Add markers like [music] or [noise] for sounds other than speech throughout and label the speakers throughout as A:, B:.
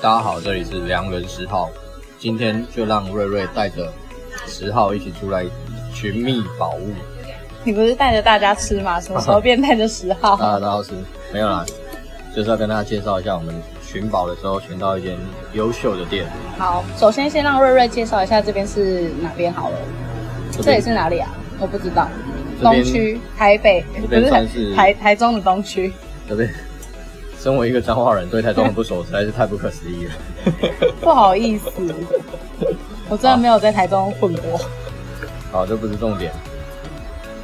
A: 大家好，这里是良人十号，今天就让瑞瑞带着十号一起出来寻觅宝物。
B: 你不是带着大家吃吗？什么时候变带着十号？
A: 大家都好吃，没有啦，就是要跟大家介绍一下我们寻宝的时候寻到一间优秀的店。
B: 好，首先先让瑞瑞介绍一下这边是哪边好了。这里
A: 边
B: 是哪里啊？我不知道。
A: 这
B: 东
A: 边
B: 区，台北，
A: 这
B: 不是
A: 边
B: 台
A: 算是
B: 台台中的东区。
A: 这边，身为一个彰化人，对台中很不熟，实在是太不可思议了。
B: 不好意思，我真的没有在台中混过。
A: 好，这不是重点。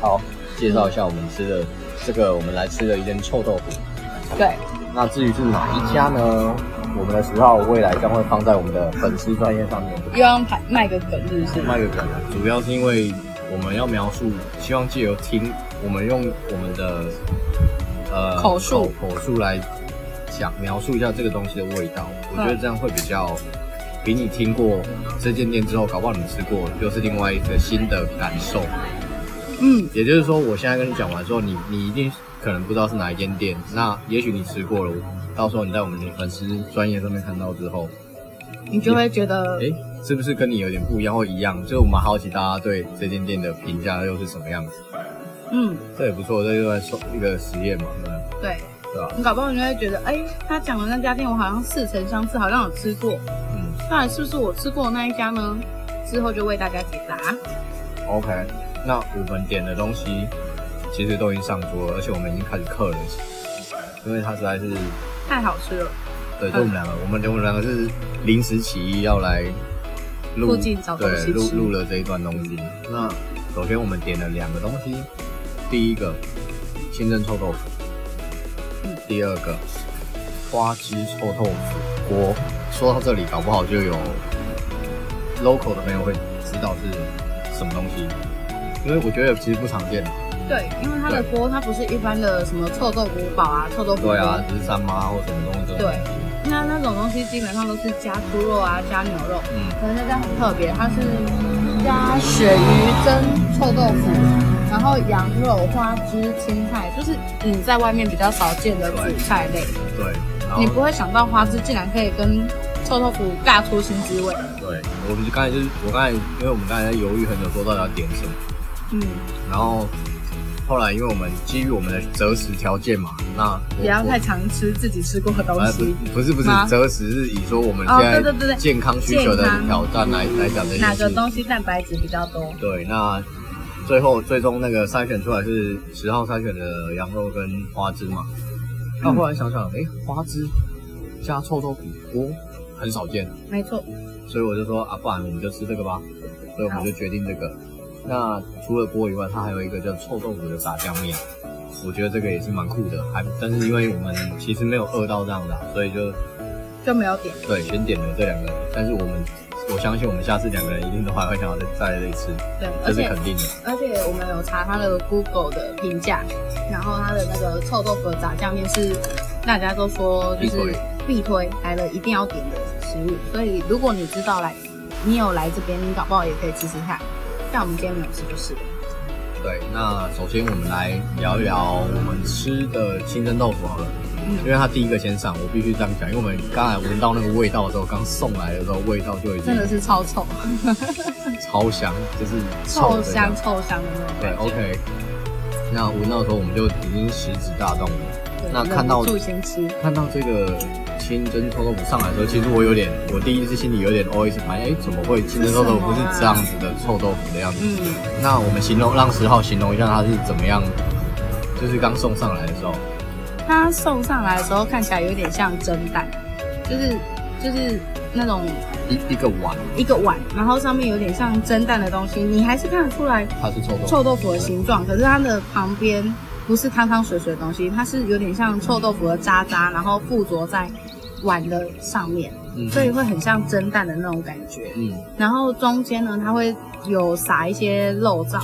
A: 好，介绍一下我们吃的这个，我们来吃的一间臭豆腐。
B: 对，
A: 那至于是哪一家呢？我们的十号未来将会放在我们的粉丝专业上面。
B: 又要卖卖个梗是不是？
A: 卖个梗，主要是因为我们要描述，希望借由听，我们用我们的呃
B: 口述
A: 口口述来讲描述一下这个东西的味道。我觉得
B: 嗯
A: 这样会比较比你听过这间店之后，搞不好你吃过又是另外一个新的感受。
B: 嗯，
A: 也就是说，我现在跟你讲完之后，你你一定可能不知道是哪一间店，那也许你吃过了，到时候你在我们的粉丝专业上面看到之后，
B: 你就会觉得
A: 哎，是不是跟你有点不一样或一样？就是我蛮好奇大家对这间店的评价又是什么样子。
B: 嗯，
A: 这也不错，这就在做一个实验嘛，对
B: 对。
A: 吧？
B: 你搞不好你就会觉得，哎、他讲的那家店我好像似曾相识，好像有吃过，
A: 嗯
B: 到底是不是我吃过的那一家呢？之后就为大家解答。
A: ，OK。那我们点的东西其实都已经上桌了，而且我们已经开始刻了，因为它实在是
B: 太好吃了，
A: 对，就我们两个，我们我们两个是临时起意要来录
B: 附近找东
A: 对
B: 西
A: 录
B: 吃
A: 录了这一段东西。那首先我们点了两个东西，第一个清蒸臭豆腐，
B: 嗯
A: 第二个花枝臭豆腐锅。说到这里，搞不好就有 local 的朋友会知道是什么东西，因为我觉得其实不常见。
B: 对，因为它的
A: 对
B: 锅它不是一般的什么臭豆腐煲啊、臭豆腐锅，
A: 对啊，只是三妈或什么东西这种东西。
B: 那那种东西基本上都是加猪肉啊、加牛肉，
A: 嗯，
B: 可是这家很特别，它是加鳕鱼蒸臭豆腐，然后羊肉、花枝、青菜，就是你在外面比较少见的主菜类，
A: 对。然后
B: 你不会想到花枝竟然可以跟臭豆腐尬出新滋味。
A: 对，我们就刚才就是我刚才，因为我们刚才在犹豫很久，说到底要点什么，
B: 嗯，
A: 然后后来因为我们基于我们的择食条件嘛，那我
B: 不要
A: 我
B: 太常吃自己吃过的东
A: 呃
B: 西。
A: 不是不是
B: 吗
A: 择食是以说我们
B: 哦
A: 现
B: 对对对
A: 在
B: 对
A: 健康需求的
B: 健康
A: 挑战来来讲这
B: 哪
A: 件
B: 个
A: 事。
B: 东西蛋白质比较多？
A: 对，那最后最终那个筛选出来是十号筛选的羊肉跟花枝嘛，那
B: 嗯
A: 后来想想，诶，花枝加臭豆腐锅很少见。
B: 没错，
A: 所以我就说啊，不然我们就吃这个吧。所以我们就决定这个。那除了锅以外，它还有一个叫臭豆腐的炸酱面，我觉得这个也是蛮酷的。还但是因为我们其实没有饿到这样的啊，所以就
B: 就没有点。
A: 对先点了这两个。但是我们我相信我们下次两个人一定都还会想要再再来一次，
B: 对，
A: 这
B: 而
A: 是
B: 且
A: 肯定的。
B: 而且我们有查它的 Google 的评价，然后它的那个臭豆腐的炸酱面是大家都说就
A: 必
B: 是
A: 推
B: 必推来了一定要点的食物，所以如果你知道来，你有来这边，你搞不好也可以吃吃看。但我们今天没有吃就是了。
A: 对，那首先我们来聊一聊我们吃的清蒸豆腐好了，
B: 嗯
A: 因为它第一个先上，我必须这样讲，因为我们刚才闻到那个味道的时候，刚送来的时候味道就已经
B: 真的是超臭， [laughs]
A: 超香，就是嗯臭
B: 臭
A: 的这样
B: 香臭香的那种
A: 对哦
B: 感觉。
A: ，OK。那闻到的时候，我们就已经食指大动了。
B: 对
A: 那
B: 忍
A: 看到
B: 不住先吃，
A: 看到这个清蒸臭豆腐上来的时候，其实我有点，我第一次心里有点 OS 反应，哎，怎么会清蒸臭豆腐是这样子的臭豆腐的样子？
B: 嗯，
A: 那我们形容，让十号形容一下它是怎么样，就是刚送上来的时候，
B: 它送上来的时候看起来有点像蒸蛋，就是就是那种
A: 一一个碗，
B: 一个碗，然后上面有点像蒸蛋的东西，你还是看得出来
A: 它是臭豆腐，
B: 臭豆腐的形状，可是它的旁边不是汤汤水水的东西，它是有点像臭豆腐的渣渣，然后附着在碗的上面，
A: 嗯
B: 所以会很像蒸蛋的那种感觉。
A: 嗯，
B: 然后中间呢，它会有撒一些肉燥，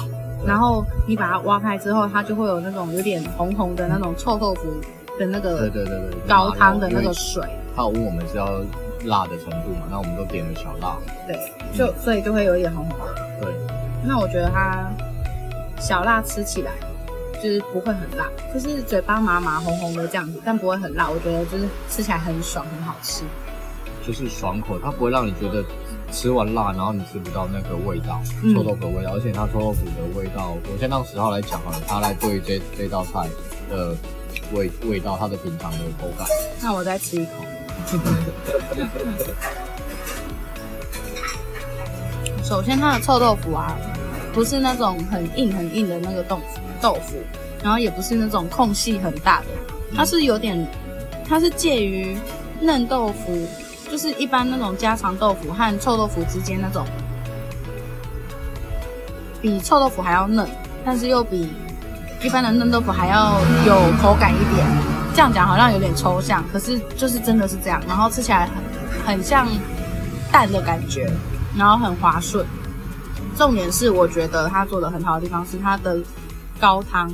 B: 然后你把它挖开之后，它就会有那种有点红红的那种臭豆腐的那
A: 对
B: 个
A: 对对对，
B: 高汤的那
A: 因
B: 个
A: 为
B: 水，
A: 他有问我们是要辣的程度嘛，那我们都点了小辣，
B: 对，就所以就会有一点红红的。
A: 对，
B: 那我觉得它小辣吃起来就是不会很辣，就是嘴巴麻麻红红的这样子，但不会很辣。我觉得就是吃起来很爽，很好吃。
A: 就是爽口，它不会让你觉得吃完辣，然后你吃不到那个味道，
B: 嗯
A: 臭豆腐的味道。而且它臭豆腐的味道，我先让十号来讲好了，他来对这这道菜的味味道，它的平常的口感。
B: 那我再吃一口。首先，它的臭豆腐啊，不是那种很硬很硬的那个豆腐豆腐，然后也不是那种空隙很大的，它是有点，它是介于嫩豆腐，就是一般那种家常豆腐和臭豆腐之间那种，比臭豆腐还要嫩，但是又比一般的嫩豆腐还要有口感一点。这样讲好像有点抽象，可是就是真的是这样。然后吃起来很很像蛋的感觉，然后很滑顺。重点是我觉得它做的很好的地方是它的高汤，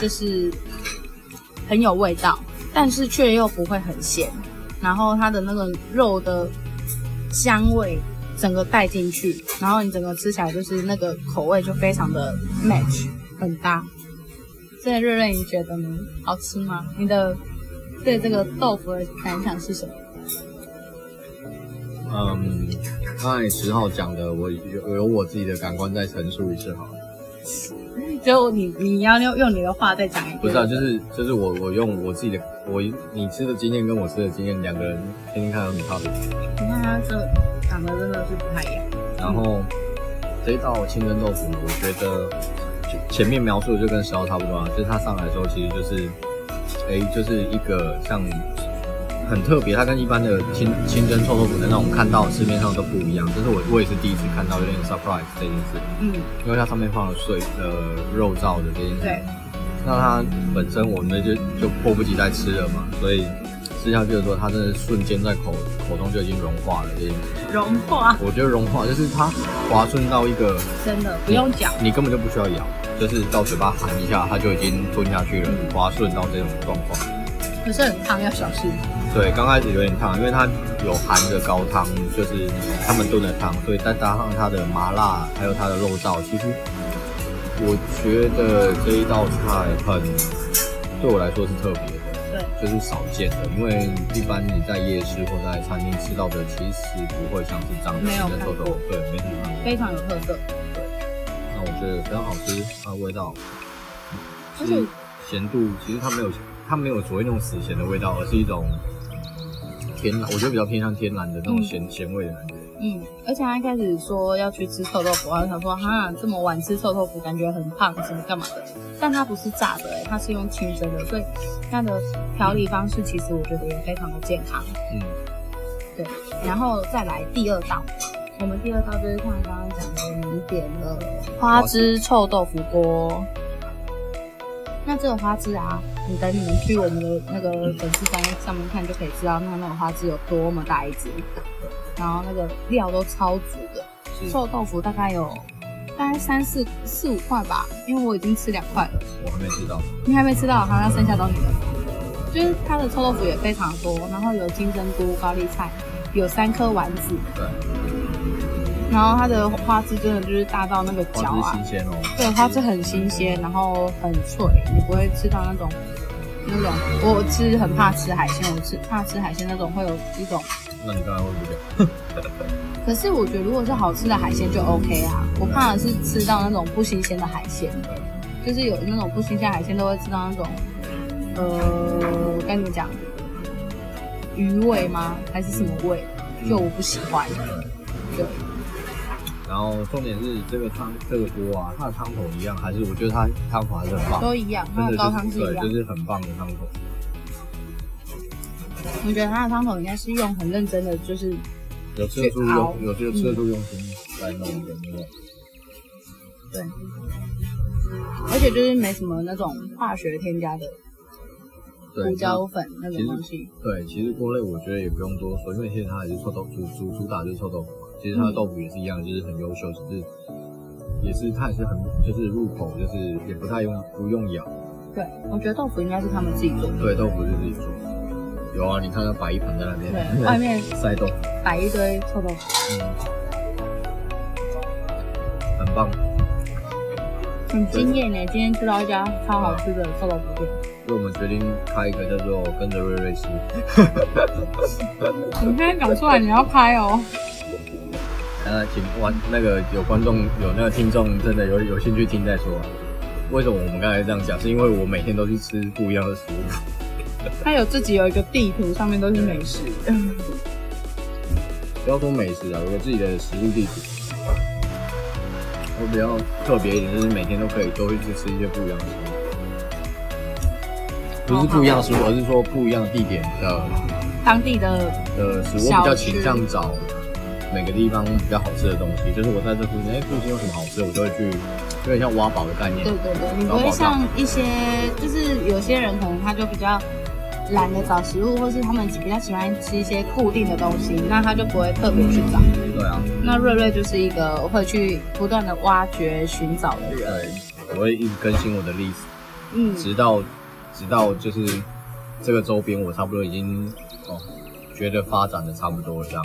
B: 就是很有味道，但是却又不会很咸。然后它的那个肉的香味整个带进去，然后你整个吃起来就是那个口味就非常的 match，很搭。所以瑞瑞，你觉得呢？好吃吗？你的对这个豆腐的感想是什么？
A: 嗯，刚才十号讲的，我有有我自己的感官再陈述一次好了。
B: 就你你要用用你的话再讲一遍。
A: 不是啊，就是就是我我用我自己的我你吃的经验跟我吃的经验，两个人听听看有什么差别。
B: 你看他这长得真的是不太一样。
A: 然后这一道清蒸豆腐，我觉得就前面描述的就跟十号差不多啊，就是它上来的时候其实就是，哎，就是一个像很特别，它跟一般的清清蒸臭豆腐的那种看到市面上都不一样，这是我我也是第一次看到有点 surprise 这件事，
B: 嗯，
A: 因为它上面放了碎呃肉燥的这件事。
B: 对，
A: 那它本身我们就就迫不及待吃了嘛，所以吃下去的时候，它真的瞬间在口口中就已经融化了。这件事
B: 融化
A: 我觉得融化就是它滑顺到一个
B: 真的不用讲。
A: 你根本就不需要咬，就是到嘴巴含一下，它就已经吞下去了，滑顺到这种状况。
B: 可是很烫，要小心。
A: 对，刚开始有点烫，因为它有含着高汤，就是他们炖的汤，所以再搭上它的麻辣，还有它的肉燥，其实我觉得这一道菜很对我来说是特别的。
B: 对，
A: 就是少见的，因为一般你在夜市或在餐厅吃到的，其实不会像是张
B: 没有
A: 的
B: 看
A: 臭豆
B: 过
A: 腐，对，没什么。
B: 非常有特色。
A: 那我觉得非常好吃，它的味道，
B: 而且
A: 是咸度，其实它没有它没有所谓那种死咸的味道，而是一种天然，我觉得比较偏向天然的那种
B: 嗯
A: 咸咸味的感觉。
B: 嗯，而且他一开始说要去吃臭豆腐，我就想说哈，这么晚吃臭豆腐感觉很胖，什么干嘛的？但它不是炸的、欸，它是用清蒸的，所以它的调理方式其实我觉得也非常的健康。
A: 嗯，
B: 然后再来第二道，我们第二道就是像刚刚讲的，我们点了花枝臭豆腐锅。那这个花枝啊，你等你们去我们的那个粉丝专页上面看，就可以知道那那种花枝有多么大一只，然后那个料都超足的，
A: 是
B: 臭豆腐大概有大概三四四五块吧，因为我已经吃两块了。
A: 我还没吃到。
B: 你还没吃到，好，那剩下都你的。就是它的臭豆腐也非常多，然后有金针菇、高丽菜，有三颗丸子，
A: 对，
B: 然后它的花枝真的就是大到那个脚
A: 花枝
B: 啊，
A: 新鲜哦。
B: 对，花枝很新鲜，然后很脆，你不会吃到那种那种。我吃很怕吃海鲜，我吃怕吃海鲜那种会有一种。
A: 那你刚才会不会讲？
B: 可是我觉得如果是好吃的海鲜就 OK 啊，我怕的是吃到那种不新鲜的海鲜，就是有那种不新鲜海鲜都会吃到那种，呃，该怎么讲，鱼味吗？还是什么味？就我不喜欢。对，
A: 然后重点是这个汤这个锅啊，它的汤头一样，还是我觉得它汤头还是很棒，
B: 都一样，它
A: 真
B: 的
A: 的
B: 高汤是
A: 就
B: 一
A: 对，
B: 样。
A: 就是很棒的汤头。
B: 我觉得它的汤头应该是用很认真的，就是
A: 有吃得出
B: 去熬
A: 用，有吃得出用心来弄的那种。
B: 对，而且就是没什么那种化学添加的
A: 对，
B: 胡椒粉那种东西。
A: 对，其实锅类我觉得也不用多说，因为其实它还是臭豆腐，主主打就是臭豆腐嘛。其实它的豆腐也是一样，就是很优秀，只是也是它也是很就是入口，就是也不太用不用咬。
B: 对，我觉得豆腐应该是他们自己做的。
A: 对，豆腐是自己做的。有啊，你看它摆一盆在那边，
B: 对，啊
A: [laughs]
B: 外面
A: 晒豆腐，
B: 摆一堆臭豆腐，
A: 嗯，很棒。
B: 很惊艳呢。今天吃到一家超好吃的臭豆腐店，
A: 所以我们决定开一个叫做“跟着瑞瑞吃
B: [laughs] 你刚才讲出来你要拍哦，”。
A: 呃，请观那个有观众有那个听众真的有有兴趣听再说。为什么我们刚才这样讲？是因为我每天都去吃不一样的食物。
B: 他有自己有一个地图，上面都是美食。
A: 不要说美食啊，有个自己的食物地图。我比较特别一点，就是每天都可以都会去吃一些不一样的食物，不是不一样的食物，而是说不一样的地点的
B: 当地的
A: 的食物。我比较倾向找每个地方比较好吃的东西，就是我在这附近，哎、附近有什么好吃，我就会去，有点像挖宝的概念
B: 对。对对，你不会像一些，就是有些人可能他就比较懒得找食物，或是他们比较喜欢吃一些固定的东西，那他就不会特别去找。
A: 对啊，
B: 那瑞瑞就是一个会去不断的挖掘寻找的人。
A: 对，呃我会一直更新我的 list。
B: 嗯，
A: 直到直到就是这个周边，我差不多已经哦觉得发展的差不多了这样。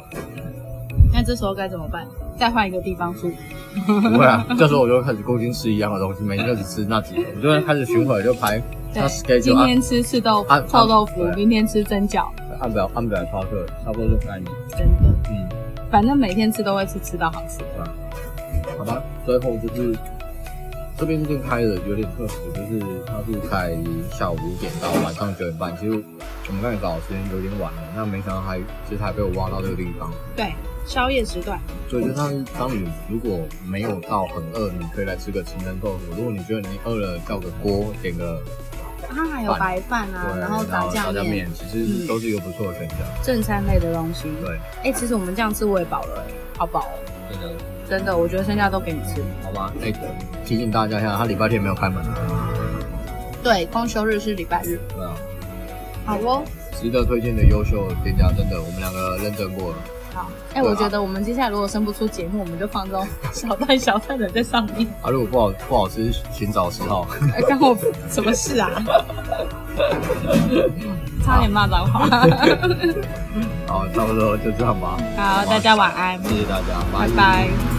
B: 那这时候该怎么办？再换一个地方住？
A: 不会
B: [laughs]
A: 啊，这时候我就开始固定吃一样的东西，每天就只吃那几个，我就会开始巡回就排那
B: 对，今
A: schedule 按
B: 天吃赤豆
A: 啊
B: 臭豆腐
A: 啊，对
B: 明天吃蒸饺，
A: 按表按表操课，差不多这个概念。
B: 真的，
A: 嗯，
B: 反正每天吃都会吃吃到好吃。
A: 好吧，最后就是这边店开的有点特殊，就是它是开下午五点到晚上九点半，其实我们刚才找的时间有点晚了，那没想到还其实还被我挖到这个地方。
B: 对，宵夜时段，
A: 所以就像当你如果没有到很饿，你可以来吃个清蒸豆腐。如果你觉得你饿了，叫个锅，点个
B: 它还有
A: 饭
B: 白饭啊，
A: 对，
B: 然
A: 然
B: 后
A: 后
B: 炸酱面、嗯
A: 面，其实都是一个不错的选择。
B: 正餐类的东西。
A: 对，
B: 哎、其实我们这样吃我也饱了、欸，好饱、哦，
A: 真的，
B: 真的，我觉得剩下都给你吃。
A: 好吧？哎、提醒大家一下，他礼拜天没有开门，啊
B: 对，公休日是礼拜日。
A: 对啊，
B: 好哦，
A: 值得推荐的优秀店家，真的，我们两个认证过了。
B: 好。哎、
A: 对啊
B: 我觉得我们接下来如果生不出节目，我们就放这 [laughs] 种小段小段的在上面。
A: 啊，如果不好不好吃，寻找十号。
B: 哎、干我什么事 [laughs] 啊？差点骂脏话。
A: [laughs] 好，差不多就这样吧。
B: 好，大家晚安，
A: 谢谢大家，
B: 拜拜